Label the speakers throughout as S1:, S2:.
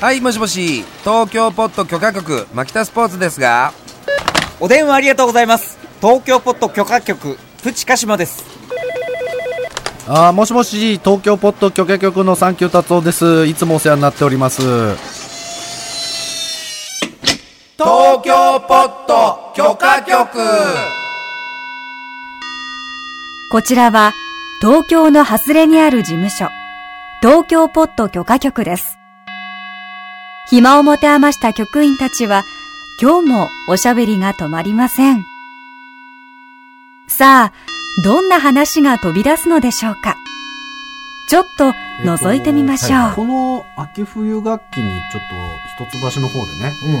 S1: はいもしもし東京ポット許可局牧田スポーツですが
S2: お電話ありがとうございます東京ポット許可局プチカシマです
S3: あーもしもし東京ポット許可局のサンキュー達夫ですいつもお世話になっております
S1: 東京ポット許可局
S4: こちらは東京の外れにある事務所、東京ポット許可局です。暇を持て余した局員たちは、今日もおしゃべりが止まりません。さあ、どんな話が飛び出すのでしょうか。ちょっと覗いてみましょう。
S3: はいこの秋冬学期にちょっと一橋の方でね
S1: うんうん
S3: あの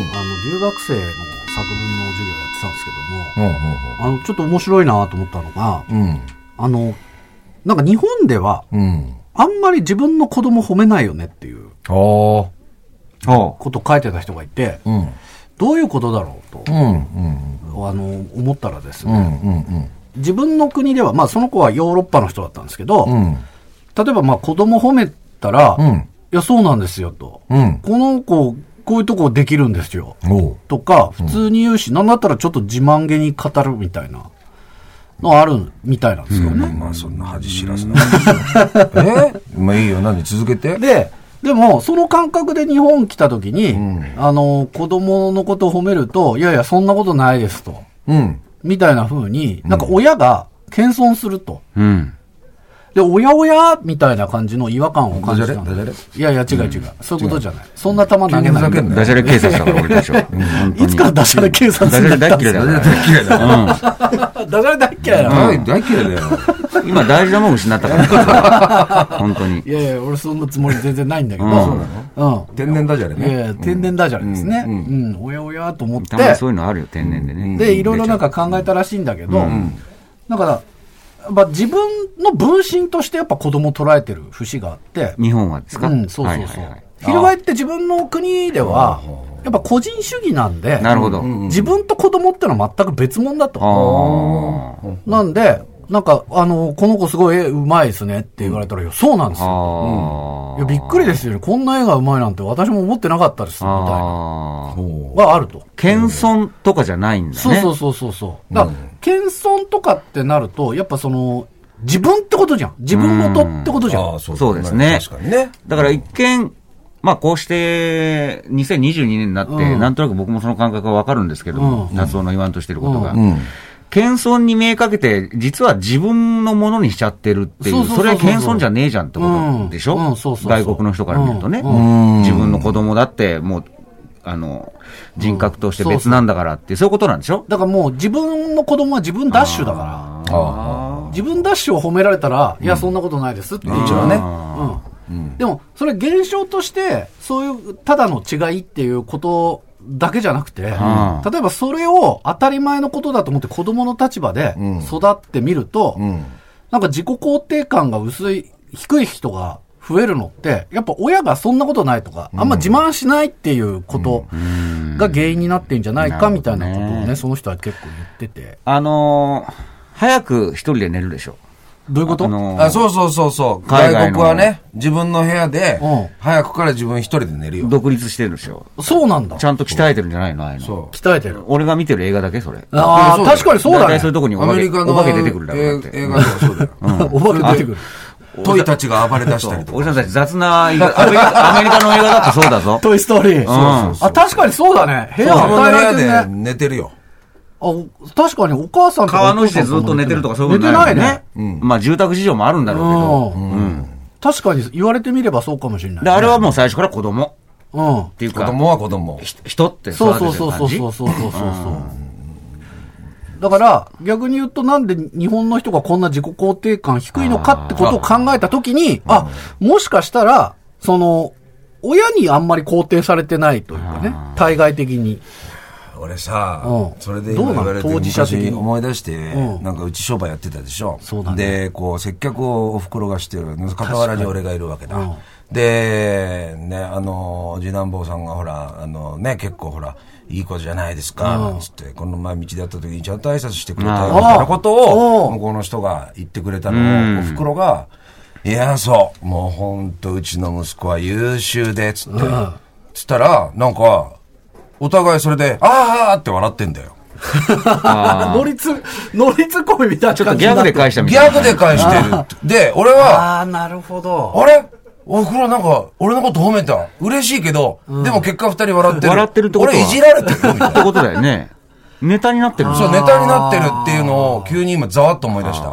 S3: 留学生の作文の授業をやってたんですけども
S1: う
S3: あのちょっと面白いなと思ったのが
S1: ん
S3: あのなんか日本では
S1: うんうん
S3: あんまり自分の子供褒めないよねっていう
S1: おーお
S3: こと書いてた人がいて
S1: うんうん
S3: どういうことだろうと、
S1: うん
S3: あの思ったらです
S1: うんう
S3: ね、
S1: んうん
S3: 自分の国では、まあ、その子はヨーロッパの人だったんですけど、
S1: うん
S3: 例えばまあ子供褒めたら、
S1: う
S3: い
S1: ん
S3: や、そうなんですよと。
S1: うん
S3: この子、こういうとこできるんですよ。
S1: おう
S3: とか、普通に言うし、なんだったらちょっと自慢げに語るみたいなのあるみたいなんですよね。
S1: まあそんな恥知らずな えまあいいよ何続けて
S3: で、でも、その感覚で日本来た時に、
S1: ん
S3: あの、子供のことを褒めると、いやいや、そんなことないですと。
S1: うん
S3: みたいな風に、なんか親が謙遜すると。
S2: うん
S3: で、おやおやみたいな感じの違和感を感じたん
S1: ダジャレ
S3: で
S1: ダ
S3: す。いやいや、違う違う。そういうことじゃない。そんな球投げない。
S1: 急にふざけんな
S2: ダジャレ警察だから俺たちは、本当
S3: い
S2: に
S3: つからダジャレ警察
S2: ダジャレ
S3: になっ
S2: 大
S3: たんで
S2: 嫌
S3: す
S2: い
S3: か
S2: だ
S1: 大
S2: から
S1: 嫌いだな
S3: ダジャレ大嫌いなの、
S1: 大大嫌いだよ
S2: うん今大事なもん失っ たから本当に
S3: いやいや、俺そんなつもり全然ないんだけど。
S2: う
S3: うんん。
S2: そう
S1: 天然ダジャレ
S3: いやい
S1: ね
S3: や、天然ダジャレですね。
S1: う
S3: うんん、おやおやと思って
S2: た。まにそういうのあるよ天然でね
S3: で、いろいろなんか考えたらしいんだけど、だから、まあ、自分の分身としてやっぱ子供捉えてる節があって、
S2: 日本はですか
S3: うん、そうそう
S2: はい
S3: そ
S2: はいうは。
S3: 翻って自分の国では、やっぱ個人主義なんで
S2: い、なるほど、
S3: 自分と子供ってのは全く別物だと。
S2: あー
S3: なんで、なんか、あの、この子すごい絵うまいですねって言われたら、いや、そうなんですよ。
S2: あー、
S3: いや、びっくりですよね。こんな絵がうまいなんて私も思ってなかったです、みたいな。
S2: あー
S3: はあると。
S2: 謙遜とかじゃないんだね。
S3: そうそうそうそうそう。だから、謙遜とかってなると、やっぱその、自分ってことじゃん。自分事ってことじゃん。
S1: そ
S2: そうですね
S1: 確かにね
S2: だから一見、まあこうして、2022年になって、
S3: うん
S2: なんとなく僕もその感覚はわかるんですけども、
S3: う
S2: 達夫の言わんとしてることが。
S1: うん
S2: 謙遜に見えかけて、実は自分のものにしちゃってるってい、
S3: そううそうそうそう
S2: それは謙遜じゃねえじゃんってことでしょ、
S3: うんうんそうそうそう
S2: 外国の人から見るとね、
S1: んうん
S2: 自分の子供だって、もう、あの、人格として別なんだからって、そういうことなんでしょ
S3: だからもう、自分の子供は自分ダッシュだから。
S1: あ
S3: 自分ダッシュを褒められたら、いや、そんなことないですっていう。
S1: 一応ね
S3: うんでも、それ現象として、そういうただの違いっていうことだけじゃなくて、例えばそれを当たり前のことだと思って子供の立場で育ってみると、
S1: ん
S3: なんか自己肯定感が薄い、低い人が増えるのって、やっぱ親がそんなことないとか、あんま自慢しないっていうことが原因になってんじゃないかみたいなことを
S2: なるほ
S3: ね、
S2: どね
S3: その人は結構言ってて。
S2: あのー早く一人で寝るでしょ。
S3: どういうこと
S2: あのー
S1: あそうそうそうそう
S2: 海外
S1: 外
S2: の
S1: 国はね自分の部屋で
S3: うん
S1: 早くから自分一人で寝るよ
S2: 独立してるでしょ。
S3: そうなんだ
S2: ち。ゃんと鍛えてるんじゃないのああいうの。
S1: そう
S3: 鍛えてる。
S2: 俺が見てる映画だけそれ。
S3: ああ、
S1: だよ
S3: 確かにそうだ
S2: 大体
S3: ね
S2: そうい。うとこにお
S1: ア
S2: 化
S1: メ
S2: け
S1: リカ
S2: お
S1: の
S2: 化け出てくるだろうだ
S1: え映
S2: っ
S1: 画
S2: て。
S1: ではそうだよ
S3: お化け出てくる。
S1: トイたちが暴れ出した りと
S2: おじ
S1: か
S2: さんたち雑な言い方アメリカ、アメリカの映画だってそうだぞ。
S3: トイストーリー。
S2: そう
S3: あ、確かにそうだね。部
S1: 自
S3: 屋
S1: 分の部
S3: 与えられてるね。
S1: 屋
S3: あ
S1: で寝てるよ
S3: お、確かにお母さんとか
S2: 川
S3: お
S2: の
S3: 父
S2: 市
S3: さ
S2: で
S3: ん
S2: ずっと寝てるとかそうい
S3: 寝
S2: うこ
S3: て
S2: と
S3: ない
S2: もん
S3: ね。
S2: うんまあ住宅事情もあるんだろうけど。
S3: うん。確かに言われてみればそうかもしれない。
S2: で、あれはもう最初から子供
S3: うん。
S2: っていう
S1: 子
S2: か、
S1: 供は子供
S2: ひ人って
S3: そう
S2: 育
S3: そう
S2: て
S3: そうそう
S2: てる感じ
S3: そうそうそうそう。だから、逆に言うと、なんで日本の人がこんな自己肯定感低いのかってことを考えたときに、あもしかしたら、その、親にあんまり肯定されてないというかね、対外的に。
S1: 俺さ
S3: うん
S1: それで今
S3: どうな
S1: 言
S3: の
S1: われて
S3: 当事者的に
S1: 昔思い出して
S3: うん
S1: なんかうち商売やってたでしょ
S3: そうだね
S1: でこう接客をお袋がしてる傍らに俺がいるわけだ
S3: うん
S1: でねあの次男坊さんがほらあのね結構ほらいい子じゃないですか、なんつって、この前道で会った時にちゃんと挨拶してくれたよ、みたいなことを、
S3: うん
S1: 向こうの人が言ってくれたのを、お袋が、いや、そう、もうほんとうちの息子は優秀で、つって、つったら、なんか、お互いそれで、あーって笑ってんだよ。
S3: 乗りつ、乗りつこいみたいな
S2: ちょっと
S3: 感じ
S2: ギ
S3: に
S2: ャ
S3: な
S2: グ
S3: って
S2: で返したみ
S1: ギ
S2: たい
S1: ャ
S2: な。
S1: グで返してるって。で、俺は、
S3: ああ、なるほど。
S1: あれおこれなんか、俺のこと褒めた。嬉しいけど、でも結果二人笑ってる。
S2: 笑ってるってことは
S1: 俺いじられてるみたいな
S2: っ。てことだよね。ネタになってるんです
S1: そう、
S2: よ。
S1: ネタになってるっていうのを急に今ざわっと思い出した。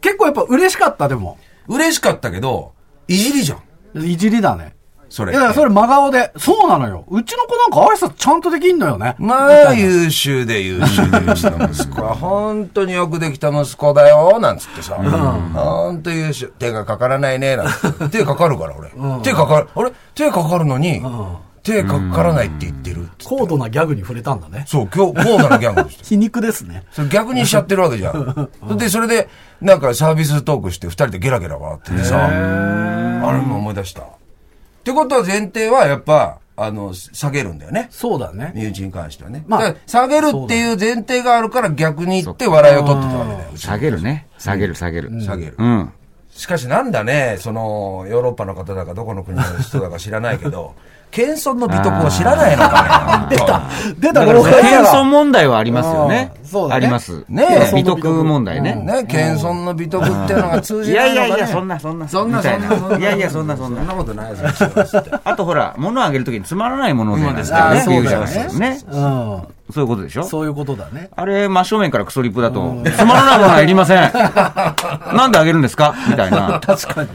S3: 結構やっぱ嬉しかった、でも。
S1: 嬉しかったけど、いじりじゃん。
S3: いじりだね。
S1: それ。
S3: いや、それ真顔で。そうなのよ。うちの子なんか挨拶ちゃんとできんのよね。
S1: まあ、優秀で優秀で優秀な息子は、本当によくできた息子だよ、なんつってさ。本当優秀。手がかからないね、なんつって。手かかるから、俺。手かかる。あれ手かかるのに、手かからないって言ってる。
S3: 高度なギャグに触れたんだね。
S1: そう、今日、高度なギャングでした。
S3: 皮肉ですね。
S1: それ逆にしちゃってるわけじゃん。で、それで、なんかサービストークして、二人でゲラゲラ笑っててさ、あれも思い出した。ってことは前提は、やっぱ、あの、下げるんだよね。
S3: そうだね。
S1: 身内に関してはね。
S3: まあ
S1: だから下げるっていう前提があるから逆に言って笑いを取ってたわけだよ。
S2: 下げるね。下げる、下げる。
S1: 下げる
S2: う。ん。
S1: しかしなんだね、その、ヨーロッパの方だかどこの国の人だか知らないけど、 謙遜の美徳を知らないのかね。
S3: 出た
S2: だか、
S3: からら、
S2: 謙遜問題はありますよね
S3: あー。そうだ
S2: あ
S3: ね
S2: ります。
S1: ねえ
S2: 美徳問題ね。
S1: ね、 謙遜の美徳っていうのが通
S2: い
S1: じな
S2: や
S1: い
S2: い
S1: のか
S2: や
S1: ね。
S2: いや、そんな、そんな。
S1: そんな、
S2: みた
S1: そん
S2: い
S1: な、そんな。
S2: いやいや、そんな、そん
S1: そんな
S2: な。
S1: ことないですよ。つって
S2: あとほら、物あげるときにつまらないものをなん
S1: そう
S2: か
S1: で
S2: よ
S1: す
S2: く
S1: ね
S2: 言うじゃないですか。ね。
S3: う
S2: そういうことでしょ
S3: ん。そういうことだね。
S2: あれ、真正面からクソリップだと、つまらないものはいりません。なんであげるんですかみたいな。
S3: 確かに。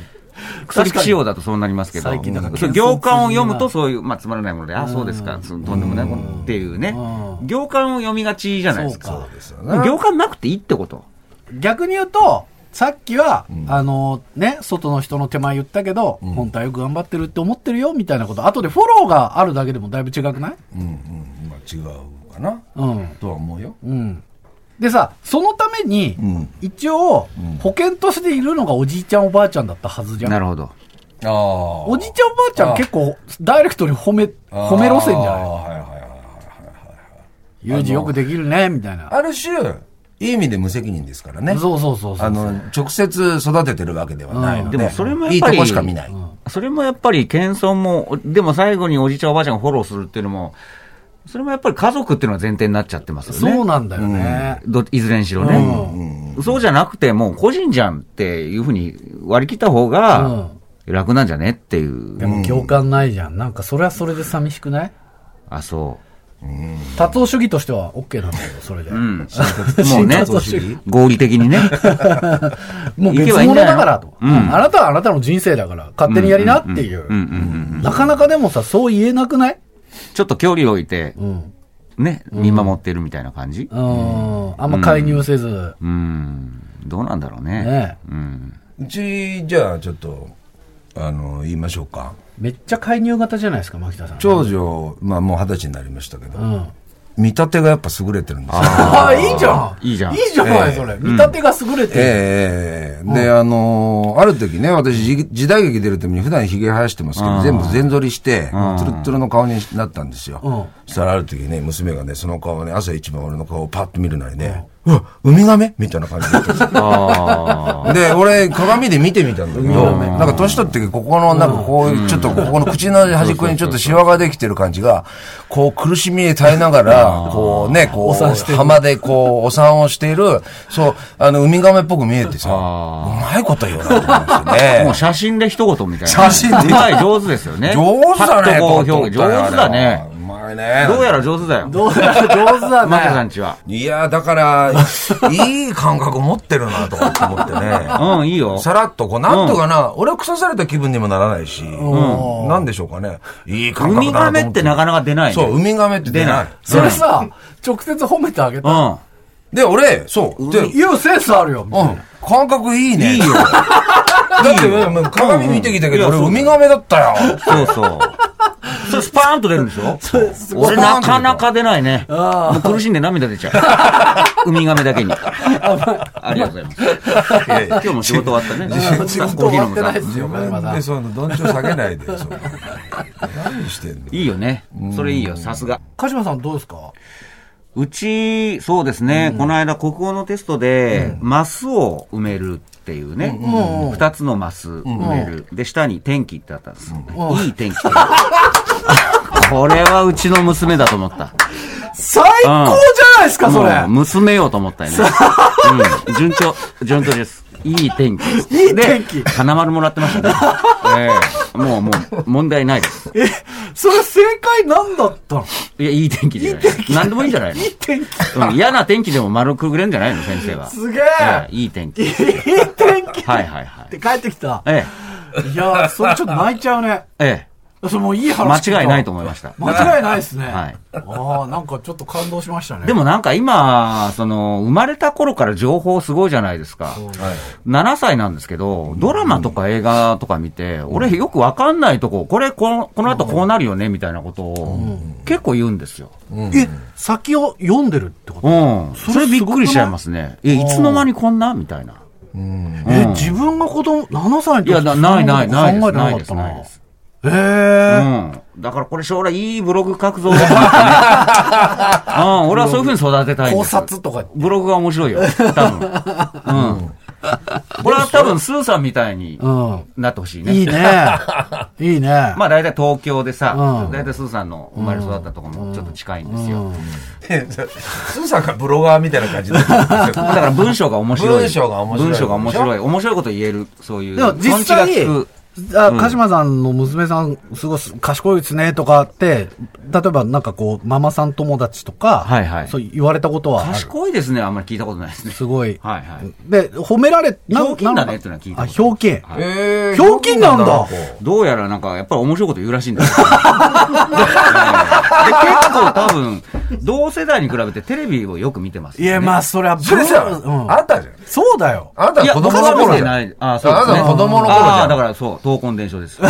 S2: クソリップ仕様だとそうなりますけど。
S3: 最近だから
S2: そう行間を読むとそういう、まあつまらないもので、あ、そうですか、そのとんでもないものっていうね。行間を読みがちじゃないです
S3: そう
S2: か
S3: か。
S1: ですよね。
S2: 行間なくていいってこと。
S3: 逆に言うと、さっきは、あのね、外の人の手前言ったけど、本当はよく頑張ってるって思ってるよ、みたいなこと。あとでフォローがあるだけでもだいぶ違くない
S1: うんうん。まあ違うかな。
S3: うん。
S1: とは思うよ。
S3: うん。でさ、そのために、
S1: ん
S3: 一応、保険としているのがおじいちゃんおばあちゃんだったはずじゃ。
S2: なんるほど。
S1: ああ。
S3: おじいちゃんおばあちゃ
S1: あ
S3: ん結構、ダイレクトに褒め、
S1: あー
S3: 褒め路線じゃな
S1: はいは
S3: い
S1: いはいはい。
S3: ユージよくできるね、みたいな。
S1: ある種、いい意味で無責任ですからね。
S3: そうそうそうそう。
S1: あの、直接育ててるわけではないので。
S2: でもそれもやっぱ
S1: いい
S2: り、
S1: とこしか見ない。
S2: それもやっぱり謙遜も、でも最後におじいちゃんおばあちゃんがフォローするっていうのも、それもやっぱり家族っていうのが前提になっちゃってますよね。
S3: そうなんだよね。
S2: どいずれにしろね、そうじゃなくて、もう個人じゃんっていうふうに割り切った方が楽なんじゃねっていう、
S3: でも共感ないじゃん。なんかそれはそれで寂しくない
S2: あそ
S3: 達夫主義としては OK なんだけど、それで。
S2: う、うん、もうね
S3: 新卒主義、
S2: 合理的にね、
S3: もう
S2: 行
S3: 別
S2: けばいいん
S3: 物
S2: じゃない
S3: だ
S2: の
S3: からと、
S2: うん
S3: あなたはあなたの人生だから、勝手にやりなっていう。
S2: うんうんうん、
S3: なかなかでもさ、そう言えなくない
S2: ちょっと距離を置いて、
S3: うん。
S2: ね、見守ってるみたいな感じ、
S3: うん。あんま介入せず。
S2: うん、どうなんだろうね
S3: ね
S2: うん、
S1: うち、じゃあちょっと、あの、言いましょうか。
S3: めっちゃ介入型じゃないですか、牧田さん。
S1: 長女、まあもう二十歳になりましたけど、
S3: うん。
S1: 見立てがやっぱ優れてるんですよ。
S3: ああ、いいじゃん。
S2: いいじゃん
S3: いいじゃない、
S1: ええ
S3: それ。見立てが優れてる。
S1: ええええで、あのーある時ね、私、時時代劇出るために普段髭生やしてますけど、全部全剃りして、ツルッツルの顔になったんですよ。そしたらある時ね、娘がね、その顔をね、朝一番俺の顔をパッと見るなりね、うわ、ウミガメみたいな感じだったんですよ。
S2: あ
S1: で、俺、鏡で見てみたんだけど、なんか年取って、ここの、なんかこういう、ちょっと、ここの口の端っこにちょっとシワができてる感じが、こう苦しみに耐えながら、こうね、こう、浜でこう、お産をしている、そう、あの、ウミガメっぽく見えてさ、う
S2: あ
S1: まいこと言うなと思いまし
S2: あ、
S1: た
S2: もう
S1: ね。
S2: 写真で一言みたいな、
S1: 写真で
S2: うまい、上手ですよね、
S1: 上手だ
S2: パッ
S1: ね、
S2: とこう表現
S1: と思ったよ
S2: 上手だね
S1: あれは、うまいね。
S2: どうやら上手だよ、
S3: どうやら上手
S2: マキさ
S3: だ
S2: ん
S3: ね。
S2: ちは。
S1: いや、だから、いい感覚持ってるな、とかって思ってね。
S2: うん、いいよ。
S1: さらっと、こう、なんとかな、俺は腐された気分にもならないし、なんでしょうかね。いい
S2: ウ
S1: 感
S2: ミ
S1: 覚
S2: ガ
S1: だな
S2: メ
S1: と思
S2: ってなかなか出ないね。
S1: そう、ウミガメって出ない。
S3: それさ、直接褒めてあげた。
S2: う
S1: で、俺、そう、で、
S3: いや、センスあるよ。みた
S1: う、
S3: いなん
S1: 感覚いいね。
S2: ん。 いいよ。
S1: だって、もう鏡見てきたけど、
S2: うんうん
S1: 俺、ウミガメだったよ。
S2: そうそう。それスパーンと出るんでしょ俺
S1: スパーンと
S2: な
S1: 出る
S2: かなか出ないね。もう苦しんで涙出ちゃう。ウミガメだけに。ありがとうございます。今日も仕事終わったね。
S3: 仕事終わってないですよ、まだ
S1: で、。その、どんちょ下げないで、そう。何してんの
S2: いいよね。それいいよ、さすが。
S3: 鹿島さんどうですか
S2: うち、そうですね、この間国語のテストで、マスを埋めるっていうね、
S3: うん
S2: 二つのマス埋める。で、下に天気ってあったんです。いい天気って。これはうちの娘だと思った。
S3: 最高じゃないですか、それ。
S2: もう娘よと思ったよね。うん。順調、順調です。いい天気です。
S3: いい天気
S2: で花丸もらってましたね。ええもう、もう、問題ないです。
S3: え、それ正解なんだったの
S2: いや、いい天気じゃない何でもいいんじゃないの
S3: いい天気。
S2: うん、嫌な天気でも丸くぐれんじゃないの先生は。
S3: すげ
S2: え
S3: え
S2: え。いい天気。
S3: いい天気っ
S2: はいはいはい。
S3: て帰ってきた。
S2: え
S3: いやー、それちょっと泣いちゃうね。
S2: え、え
S3: それもういい
S2: え、
S3: 話聞た。
S2: 間違いないと思いました。
S3: 間違いないですね。
S2: はい。
S3: ああ、なんかちょっと感動しましたね。
S2: でもなんか今、その、生まれた頃から情報すごいじゃないですか。7歳なんですけど、ドラマとか映画とか見て、俺よくわかんないとこ、これこの、この後こうなるよね、みたいなことを、結構言うんですよ。
S3: え、先を読んでるってこと
S2: うん。そ
S3: そ
S2: れ
S3: れ
S2: び
S3: す
S2: っ
S3: ごくない
S2: くりしちゃいますね。え、いつの間にこんなみたいな。
S3: え、自分が子供、7歳の時
S2: いや、なないないない
S3: そ
S2: です。
S3: んな
S2: ない
S3: こと考えて
S2: です。
S3: な
S2: ない
S3: か
S2: で
S3: っ
S2: す。
S3: たな。
S2: う
S3: ええ。
S2: ん。だからこれ将来いいブログ書くぞ。うん、俺 はそういうふうに育てたいん
S3: 考
S2: です。
S3: 察とか。
S2: ブログが面白いよ。多分。うん。これは多分、スーさんみたいに
S3: うん。
S2: なってほしいね。
S3: いい ね。いいね。
S2: まあ大体東京でさ
S3: う、ん
S2: 大体スーさんの生まれ育ったとこもちょっと近いんですよ。
S1: スーさんがブロガーみたいな感じだったんですよ
S2: だから文章が面白い。
S1: 文章が面白い
S2: 文章が面白い。面白いこと言える、そういう。
S3: でも実際
S2: トンチが効く
S3: あ、鹿島さんの娘さん、すごい賢いですねとかって、例えばなんかこう、ママさん友達とか、
S2: はいはい
S3: そう言われたことはある
S2: 賢いですね。あんまり聞いたことないですね。
S3: すごい。
S2: はいはい。
S3: で、褒められ、な
S2: ひょうきん
S3: な
S2: だね
S3: んか
S2: ってのは聞いたこと
S3: あ、表金。
S2: はい
S1: え
S3: ひょうきんなんだ
S2: どうやらなんか、やっぱり面白いこと言うらしいん だよ。ええで結構多分、同世代に比べてテレビをよく見てます、
S3: いや、まあ、それは、
S1: それさ、
S3: うん
S1: あんたじゃん。
S3: そうだよ。
S1: あんたは子供の頃じゃ
S2: い
S1: ん
S2: や。僕は見てないあそうで
S1: あ
S2: す
S1: な
S2: ね
S1: たは子供の頃じ
S2: あ
S1: ゃ
S2: あ、
S1: ん。
S2: だからそう、闘魂伝承です。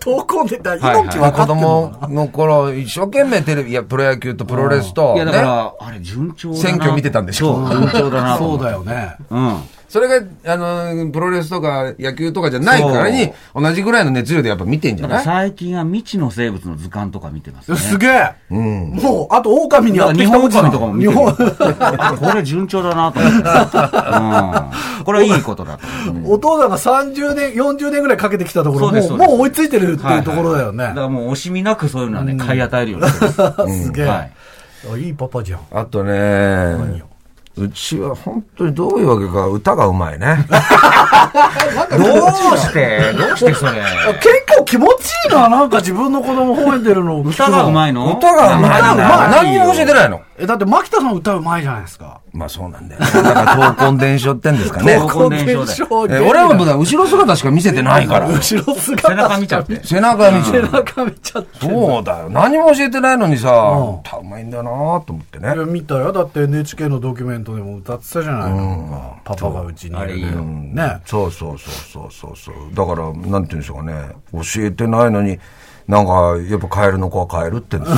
S3: 投稿で、だ、
S2: はい
S3: 猪木分か
S1: 子
S3: ってんの
S1: 供の頃、一生懸命テレビ、いや、プロ野球とプロレスと、
S2: いや、だか
S1: ね、
S2: ら、あれ、順調だな。
S1: 選挙見てたんでしょ
S2: そう、順調だ
S3: かな
S2: な。
S3: そうだ
S2: よ。
S3: よね。
S2: うん。
S1: それが、あの、プロレスとか野球とかじゃないからに、同じぐらいの熱量でやっぱ見てんじゃ
S2: だから
S1: ない
S2: 最近は未知の生物の図鑑とか見てますね。
S3: すげえ。もう、あと、狼に
S2: い
S3: や
S2: や
S3: って
S2: 日
S3: きた
S2: 本
S3: おじ
S2: 人
S3: さん
S2: とかも見てる。あ これ順調だなと思って。うん。これはいいことだと思う。
S3: お父さんが30年、40年ぐらいかけてきたところ、
S2: そう
S3: も
S2: です
S3: う、
S2: そうです
S3: もう追いついてるっていうところだよ
S2: だ
S3: ね
S2: か。らもう惜しみなくそういうのはね、買い与えるようにしてます。
S3: すげえ。
S2: はい。
S3: あいいパパじゃん。
S1: あとね、うちは本当にどういうわけか歌がうまいね。
S2: どうしてどうしてそれ
S3: 結構気持ちいいな、なんか自分の子供褒めてる の。
S2: 歌がうまい の
S1: 歌がうまい
S3: 歌
S1: んだ
S3: がうまい
S1: 何にも教えてないの。
S3: え、だって、牧田さん歌うまいじゃないですか。
S1: まあそうなんだよね。だから闘魂伝承ってんですかね。
S2: 闘魂伝承
S1: えー俺はもうだから後ろ姿しか見せてない から。
S3: 後ろ姿。
S2: 背中見ちゃって。
S1: 背中見て
S3: 背
S1: る。
S3: 中見ちゃって。
S1: そうだよ。何も教えてないのにさ、
S3: うん
S1: 歌うまいんだよなと思ってね
S3: い。や見たよだって NHK のドキュメントでも歌ってたじゃない、なんかパパがうちに
S2: あれいいよ
S1: うん
S3: ね
S1: そうそうそうそうそうそう。だから、なんて言うんでしょうかね。教えてないのに、なんか、やっぱカエルの子はカエルって言うんです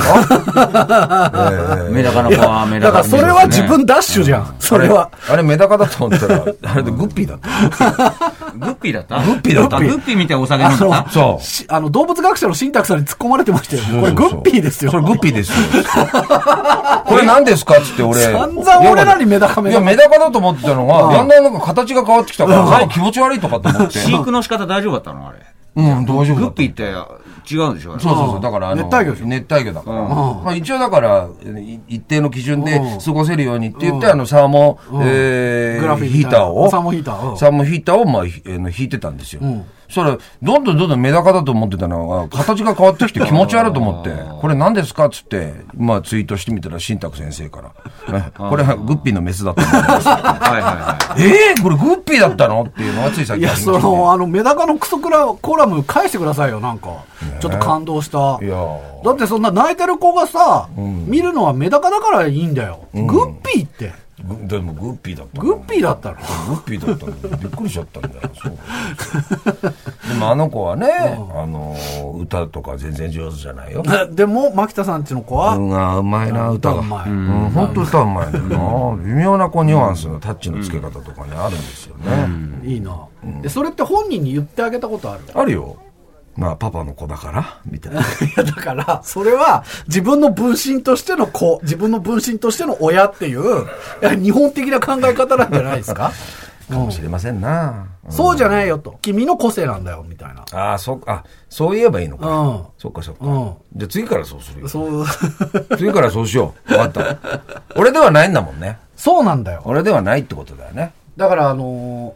S1: か、ええ
S2: メダカの子はメ
S3: だ
S2: ダ
S3: から
S2: カ見
S3: そ
S2: てる
S3: れ
S2: ね。
S3: は自分ダッシュじゃん、それは
S1: あれ、あれメダカだと思ったら、あれでグッピーだ った。
S2: グッピーだった
S1: グッピーだった
S2: あグッピー見てお酒飲ん だな。
S1: そう。
S3: しあの動物学者の新宅さんに突っ込まれてましたよねこれ
S1: そう
S3: グ
S1: そうそう
S3: ッピーですよ
S1: それグッピーですよ。 これ何ですかっつって俺。
S3: 散々俺らにメダカメ
S1: い
S3: ダ
S1: や、
S3: カ
S1: メダカだと思ってたのが、だんだんなんか形が変わってきたから、なんか気持ち悪いとかと思って。
S2: 飼育の仕方大丈夫だったのあれ。
S1: うん、大丈夫
S2: グ
S1: だ
S2: ッ
S1: った
S2: ピーって違うんでしょあれ
S1: そうそうそう。だから、あの、
S3: 熱帯魚でしょ
S1: 熱帯魚だから。
S2: うん
S1: まあ、一応だから、い一定の基準で
S3: うん
S1: 過ごせるようにって言って、あの、サーモ、え
S3: グラフィー
S1: ヒ
S3: み
S1: ー
S3: たいな
S1: ターを、
S3: サーモヒーターうん
S1: サーモヒーターを、まあ、ひあの引いてたんですよ。
S3: ん
S1: それ、どんどんどんどんメダカだと思ってたのが、形が変わってきて気持ち悪いと思って、これ何ですかっつって、まあ、ツイートしてみたら、新宅先生から。ね これはグッピーのメスだったと思います。
S2: はいはいはい。
S1: えー、これグッピーだったのっていうのがついさっき
S3: いや
S1: ありました
S3: そ
S1: ね
S3: のあのメダカのクソクラコラム返してくださいよなんかちょっと感動した
S1: いやー
S3: だってそんな泣いてる子がさ、見るのはメダカだからいいんだよ、グッピーって
S1: ぐでもグッピーだったの
S3: グッピーだったの
S1: グッピーだったんだよびっくりしちゃったんだよ。そうでもあの子はね、あのー歌とか全然上手じゃないよ。
S3: え でも牧田さんちの子は、
S1: うがうまいな、歌
S3: 歌
S1: が。
S3: う
S1: う
S3: まい、
S1: ん、本当歌うまいんだよな。微妙なこうニュアンスのタッチの付け方とかね、あるんですよね。
S3: いいな、えそれって本人に言ってあげたことある
S1: あるよ。まあ、パパの子だから、みたいな。
S3: いや、だから、それは、自分の分身としての子、自分の分身としての親っていう、いや日本的な考え方なんじゃないですか
S1: かもしれませんな。
S3: そうじゃないよと。君の個性なんだよ、みたいな。
S1: ああ、そう、あ、そう言えばいいのか。
S3: うん
S1: そっかそっか。
S3: うん
S1: じゃあ次からそうするよ。
S3: そう、
S1: 次からそうしよう。わかった。俺ではないんだもんね。
S3: そうなんだよ。
S1: 俺ではないってことだよね。
S3: だからあのー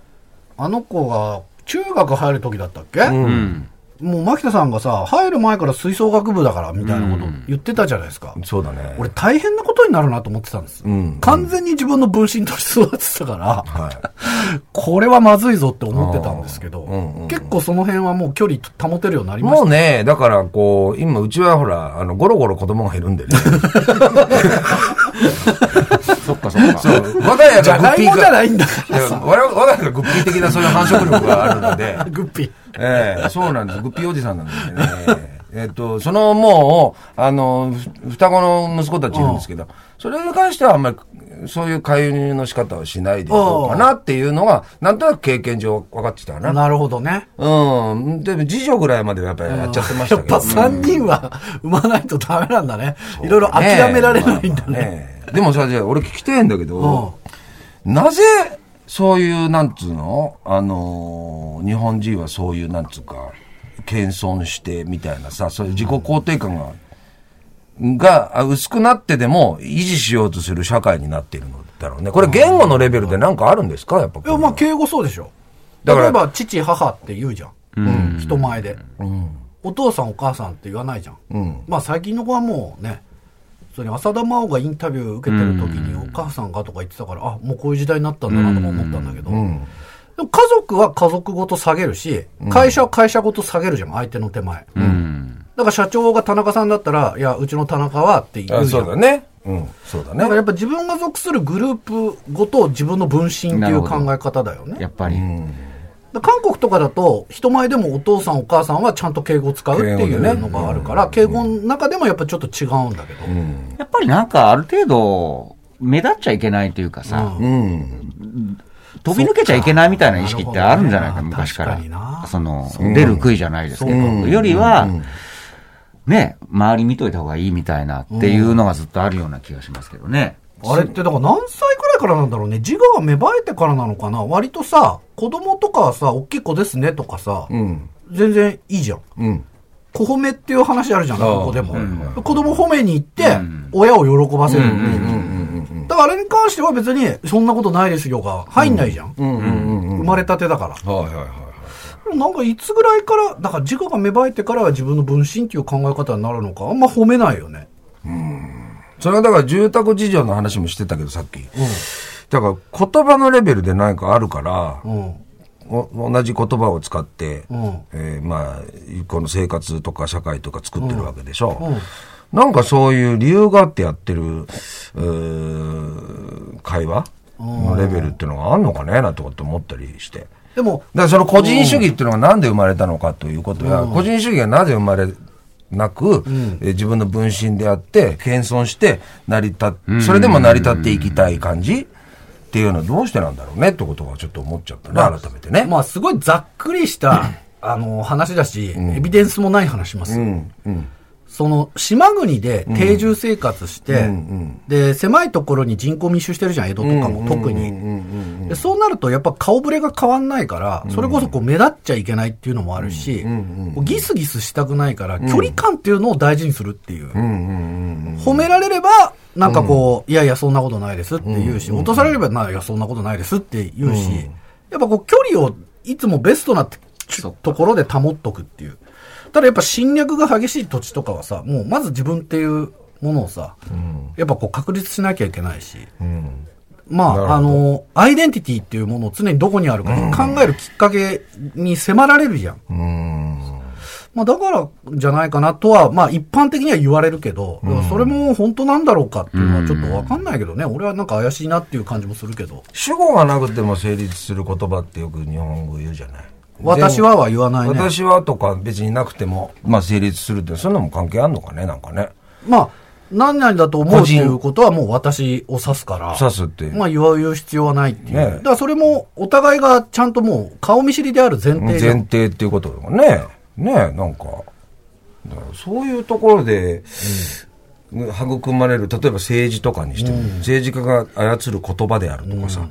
S3: あの子が中学入る時だったっけ、
S2: うん。
S3: もう牧田さんがさ、入る前から吹奏楽部だから、みたいなこと言ってたじゃないですか。
S1: そうだね。
S3: 俺大変なことになるなと思ってたんです。
S1: うん
S3: 完全に自分の分身として育ってたから、
S1: は
S3: これはまずいぞって思ってたんですけど、
S1: あーうんうんうん
S3: 結構その辺はもう距離保てるようになり
S1: い。
S3: まし
S1: も
S3: た。
S1: うね、だからこう、今うちはほら、あの、ゴロゴロ子供がいるんでね。
S2: そっかそっか。
S1: そう。我が家
S3: じ
S1: が
S3: ゃ
S1: グッ
S3: が
S1: ピ
S3: い
S1: ー
S3: もじゃ
S1: が、
S3: ないんだか
S1: いや
S3: ら
S1: 我
S3: さ。
S1: 々我が家がグッピー的なそういう繁殖力があるので。
S3: グッピー。
S1: ええそうなんです。グッピーおじさんなんですよね。えっと、そのもう、あの、ふ双子の息子たちいるんですけど、それに関してはあんまり、そういう介入の仕方はしないでいこうかなっていうのが、なんとなく経験上分かってきたかな。
S3: なるほどね。
S1: うん。でも、次女ぐらいまではやっぱりやっちゃってました
S3: やっ
S1: けど。
S3: ぱ3人は産まないとダメなんだね。いろいろ諦められないんだ
S1: まあまあ
S3: ね。
S1: ねでもさ、じゃあ俺聞きたいんだけど、なぜ、そういう、なんつうのあのー日本人はそういう、なんつうか、謙遜してみたいなさ、そういう自己肯定感が、があ薄くなってでも維持しようとする社会になっているのだろうね。これ言語のレベルでなんかあるんですかやっぱこ
S3: い
S1: れは。
S3: や、まあ敬語そうでしょ。例
S1: だから
S3: えば、父、母って言うじゃん。うん人前で。お父さん、お母さんって言わないじゃん。まあ最近の子はもうね、それに浅田真央がインタビュー受けてる時にお母さんがとか言ってたから、あ、もうこういう時代になったんだなとか思ったんだけど、でも家族は家族ごと下げるし、会社は会社ごと下げるじゃん、相手の手前。だから社長が田中さんだったら、いや、うちの田中はって言
S1: あ
S3: うじゃ
S1: そ
S3: ん
S1: うだ。ね。うん、そうだね
S3: だから。やっぱ自分が属するグループごと自分の分身って
S2: ないる
S3: う
S2: ほ
S3: 考
S2: ど
S3: え方だよね。
S2: やっぱり。
S3: だから韓国とかだと、人前でもお父さんお母さんはちゃんと敬語使うっていうのがあるから、敬語の中でもやっぱちょっと違うんだけど。
S2: やっぱりなんかある程度、目立っちゃいけないというかさ、飛び抜けちゃいけないみたいな意識ってあるんじゃないか、
S3: そっか
S2: 昔から
S3: 確かにな。
S2: その、出る杭じゃないですけど、よりは、ね、周り見といた方がいいみたいなっていうのがずっとあるような気がしますけどね。
S3: あれってだから何歳くらいからなんだろうね。自我が芽生えてからなのかな。割とさ、子供とかはさ、大きい子ですねとかさ、
S1: うん。
S3: 全然いいじゃん。
S1: うん。
S3: 子褒めっていう話あるじゃん、
S1: ああ
S3: ここでも。
S1: はいはい
S3: 子供褒めに行って、親を喜ばせるっていう。だからあれに関しては別に、そんなことないですよが入んないじゃん。
S1: うんうんうんうん。
S3: 生まれたてだから。
S1: はいはいはいはい。
S3: なんかいつぐらいから、だから自我が芽生えてからは自分の分身っていう考え方になるのか、あんま褒めないよね。
S1: それはだから住宅事情の話もしてたけどさっき、だから言葉のレベルで何かあるから、
S3: うん。
S1: お同じ言葉を使って、
S3: うん
S1: えーまあこの生活とか社会とか作ってるわけでしょ、なんかそういう理由があってやってるうー会話のレベルっていうのがあるのかねなんてこと思ったりして。
S3: でも、
S1: だからその個人主義っていうのがなんで生まれたのかということや、個人主義がなぜ生まれなく、えー自分の分身であって、謙遜して、成り立っそれでも成り立っていきたい感じっていうのはどうしてなんだろうねってことはちょっと思っちゃったね、改めてね。
S3: まあすごいざっくり した、あの、話だし、エビデンスもない話します。
S1: うん、うん、
S3: その、島国で定住生活して、で、狭いところに人口密集してるじゃん、江戸とかも、特に。でそうなると、やっぱ顔ぶれが変わんないから、それこそこう目立っちゃいけないっていうのもあるし、こうギスギスしたくないから、距離感っていうのを大事にするっていう。褒められれば、なんかこう、いやいや、そんなことないですって言うし、落とされれば、ないや、そんなことないですって言うし、やっぱこう、距離をいつもベストなところで保っとくっていう。ただやっぱ侵略が激しい土地とかはさ、もうまず自分っていうものをさ、やっぱこう確立しなきゃいけないし、まあ、あの、アイデンティティっていうものを常にどこにあるか考えるきっかけに迫られるじゃん。まあだからじゃないかなとは、まあ一般的には言われるけど、でもそれも本当なんだろうかっていうのはちょっとわかんないけどね、俺はなんか怪しいなっていう感じもするけど、
S1: 主語がなくても成立する言葉ってよく日本語言うじゃない。
S3: 私はは言わないね。
S1: 私はとか別になくても、まあ成立するって、そんなのも関係あんのかね、なんかね。
S3: まあ、何々だと思う
S1: 個
S3: って
S1: 人
S3: いうことはもう私を指すから。
S1: 指すっていう
S3: まあ言わ言う必要はないっていう。
S1: ねえ
S3: だからそれもお互いがちゃんともう顔見知りである前提じゃ
S1: 前
S3: ん
S1: 提っていうことだもんね。ねなんか。だからそういうところで、育まれる、例えば政治とかにしても、政治家が操る言葉であるとかさ、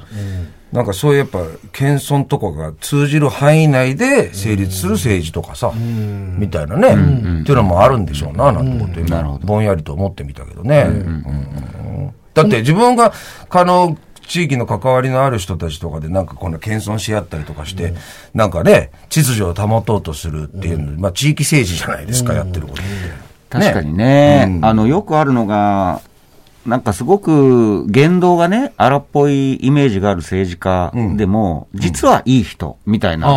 S1: なんかそういうやっぱ、謙遜とかが通じる範囲内で成立する政治とかさ、みたいなね、っていうのもあるんでしょうな、なんてことを今ぼんやりと思ってみたけどね。うんだって自分が、あの、地域の関わりのある人たちとかでなんかこんな謙遜し合ったりとかして、なんかね、秩序を保とうとするっていうの、まあ地域政治じゃないですか、やってることって。
S2: 確かにね、
S1: うん
S2: あの、よくあるのが、なんかすごく言動がね、荒っぽいイメージがある政治家でも、実はいい人みたいな、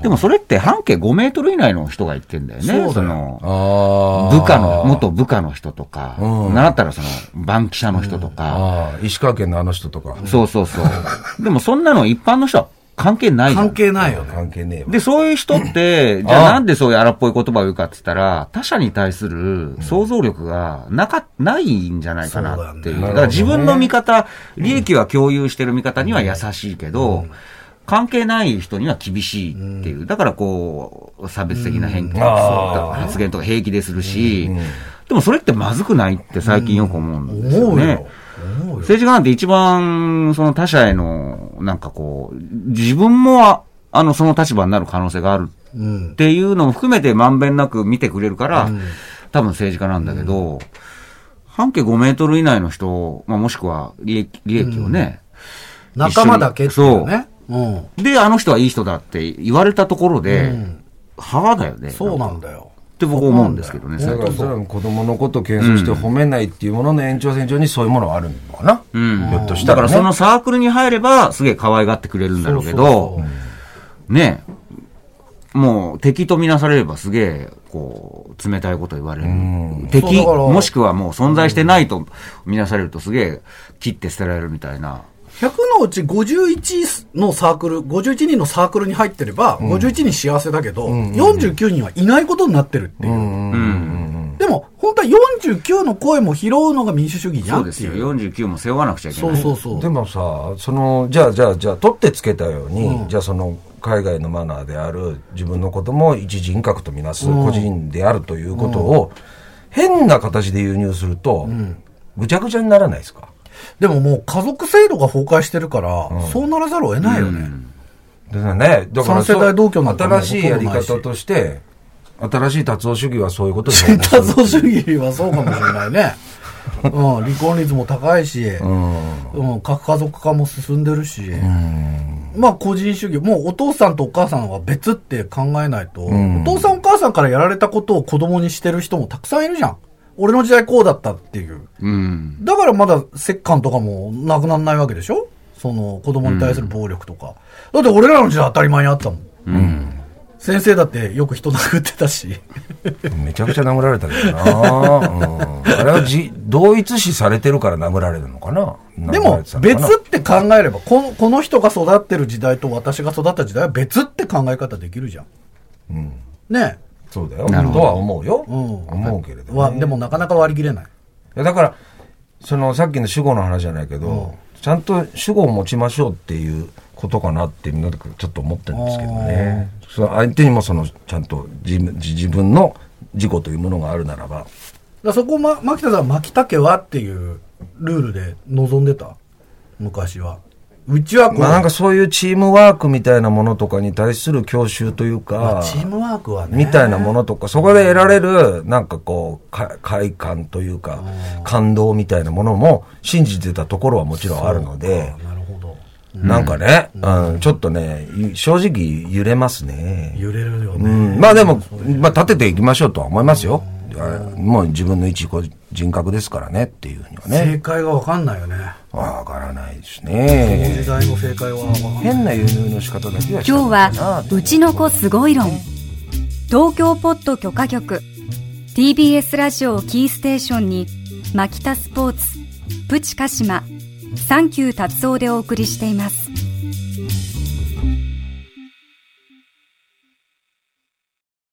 S2: でもそれって半径5メートル以内の人が言ってんだよね、その
S1: あ
S2: 部下の、元部下の人とか、
S1: うん
S2: 習ったらその、バンキシャの人とか、
S1: ああ、石川県のあの人とか。
S2: そうそうそう。 でもそんなの一般の人は関係ないじゃん
S3: 関係ないよね。
S1: 関係ねえわ。
S2: で、そういう人って、じゃ
S1: あ
S2: あなんでそういう荒っぽい言葉を言うかって言ったら、他者に対する想像力がなか、ないんじゃないかなっていう。
S1: そうだね
S2: だから自分の見方、利益は共有してる見方には優しいけど、関係ない人には厳しいっていう。だからこう、差別的な偏見、そう
S1: あー
S2: 発言とか平気でするし、でもそれってまずくないって最近よく思うんですよ
S3: 思う
S2: ね
S3: よ。。思うよ。
S2: 政治家なんて一番、その他者への、なんかこう、自分もあ、あの、その立場になる可能性がある
S3: うん
S2: っ。ていうのも含めてまんべんなく見てくれるから、多分政治家なんだけど、半径5メートル以内の人、まあ、もしくは利益利益をね、
S3: 仲間だけっていうね。うん。
S2: で、あの人はいい人だって言われたところで、はだよね。
S3: そうな
S2: な
S3: ん
S2: か
S3: んだよ。
S2: って僕思うんですけどね、
S1: だからそれは子供のことを謙遜して褒めないっていうものの延長線上にそういうものはあるのかな。
S2: ん
S1: ひょっとした
S2: だからら
S1: ね
S2: そのサークルに入れば、すげえ可愛がってくれるんだろうけど、ねえもう敵とみなされればすげえ、こう、冷たいこと言われる。
S3: そうだ
S2: 敵、
S3: から
S2: もしくはもう存在してないとみなされるとすげえ切って捨てられるみたいな。
S3: 100のうち51のサークル、51人のサークルに入ってれば、51人幸せだけど、49人はいないことになってるっていう。でも、本当は49の声も拾うのが民主主義じゃ
S2: そうん
S3: っ
S2: で
S3: て
S2: す
S3: い
S2: よ。
S3: う。
S2: 49も背負わなくちゃいけ
S3: そ
S2: な
S3: う
S2: い。
S3: そうそう。
S1: でもさ、その、じゃあじゃあじゃあ、取ってつけたように、じゃあその、海外のマナーである自分のことも一人格とみなす個人であるということを、変な形で輸入すると、ぐちゃぐちゃにならないですか
S3: でももう家族制度が崩壊してるから、そうならざるを得ないよね。
S1: だからね、だから
S3: 三世代同居なんてもう
S1: 新しいやり方として、新しい達夫主義はそういうことに応募す
S3: 多
S1: る
S3: 層主義はそうかもしれないね。うん、離婚率も高いし、うん、核家族化も進んでるし、まあ個人主義、もうお父さんとお母さんは別って考えないと、お父さんお母さんからやられたことを子供にしてる人もたくさんいるじゃん。俺の時代こうだったっていう。
S2: うん。
S3: だからまだ折感とかもなくならないわけでしょその子供に対する暴力とか。だって俺らの時代当たり前にあったもん。先生だってよく人殴ってたし。
S1: めちゃくちゃ殴られたけどな、うん、あれはじ同一視されてるから殴られるのかな
S3: で
S1: 殴ら
S3: も
S1: れてた、のかな
S3: 別って考えればこの、この人が育ってる時代と私が育った時代は別って考え方できるじゃん。ね
S1: そうだよとは思うよ、
S3: ん
S1: 思うけれ
S3: え。
S1: ど
S3: は、
S1: も、
S3: でもなかなか割り切れない。
S1: いやだからそのさっきの主語の話じゃないけど、ちゃんと主語を持ちましょうっていうことかなってなんかちょっと思ってるんですけどねその相手にもそのちゃんと自分自自分の自己というものがあるならば
S3: だからそこ、ま、牧田さん、牧田家はっていうルールで望んでた昔は。うちはこう、
S1: まあなんかそういうチームワークみたいなものとかに対する教習という
S3: ま
S1: か
S3: あチームワークはね。
S1: みたいなものとか、そこで得られる、なんかこう、か快感というか、感動みたいなものも信じてたところはもちろんあるので、
S3: なるほど。
S1: なんかね、うんちょっとね、ゆ正直揺れますね。
S3: 揺れるよ
S1: う
S3: ね。
S1: ん、まあでも、まあ立てていきましょうとは思いますよ。あもう自分の一個人格ですからねっていうにはね。
S3: 正解がわかんないよね。
S1: わからないです
S3: この時
S1: ね。
S3: 代の正解はわかんない。
S1: 変な輸入の仕方だけはした
S4: 今日
S1: くない
S4: は
S1: な、
S4: うちの子すごい論。東京ポッド許可局。TBS ラジオをキーステーションに、マキタスポーツ、プチカシマ、サンキュー達夫でお送りしています。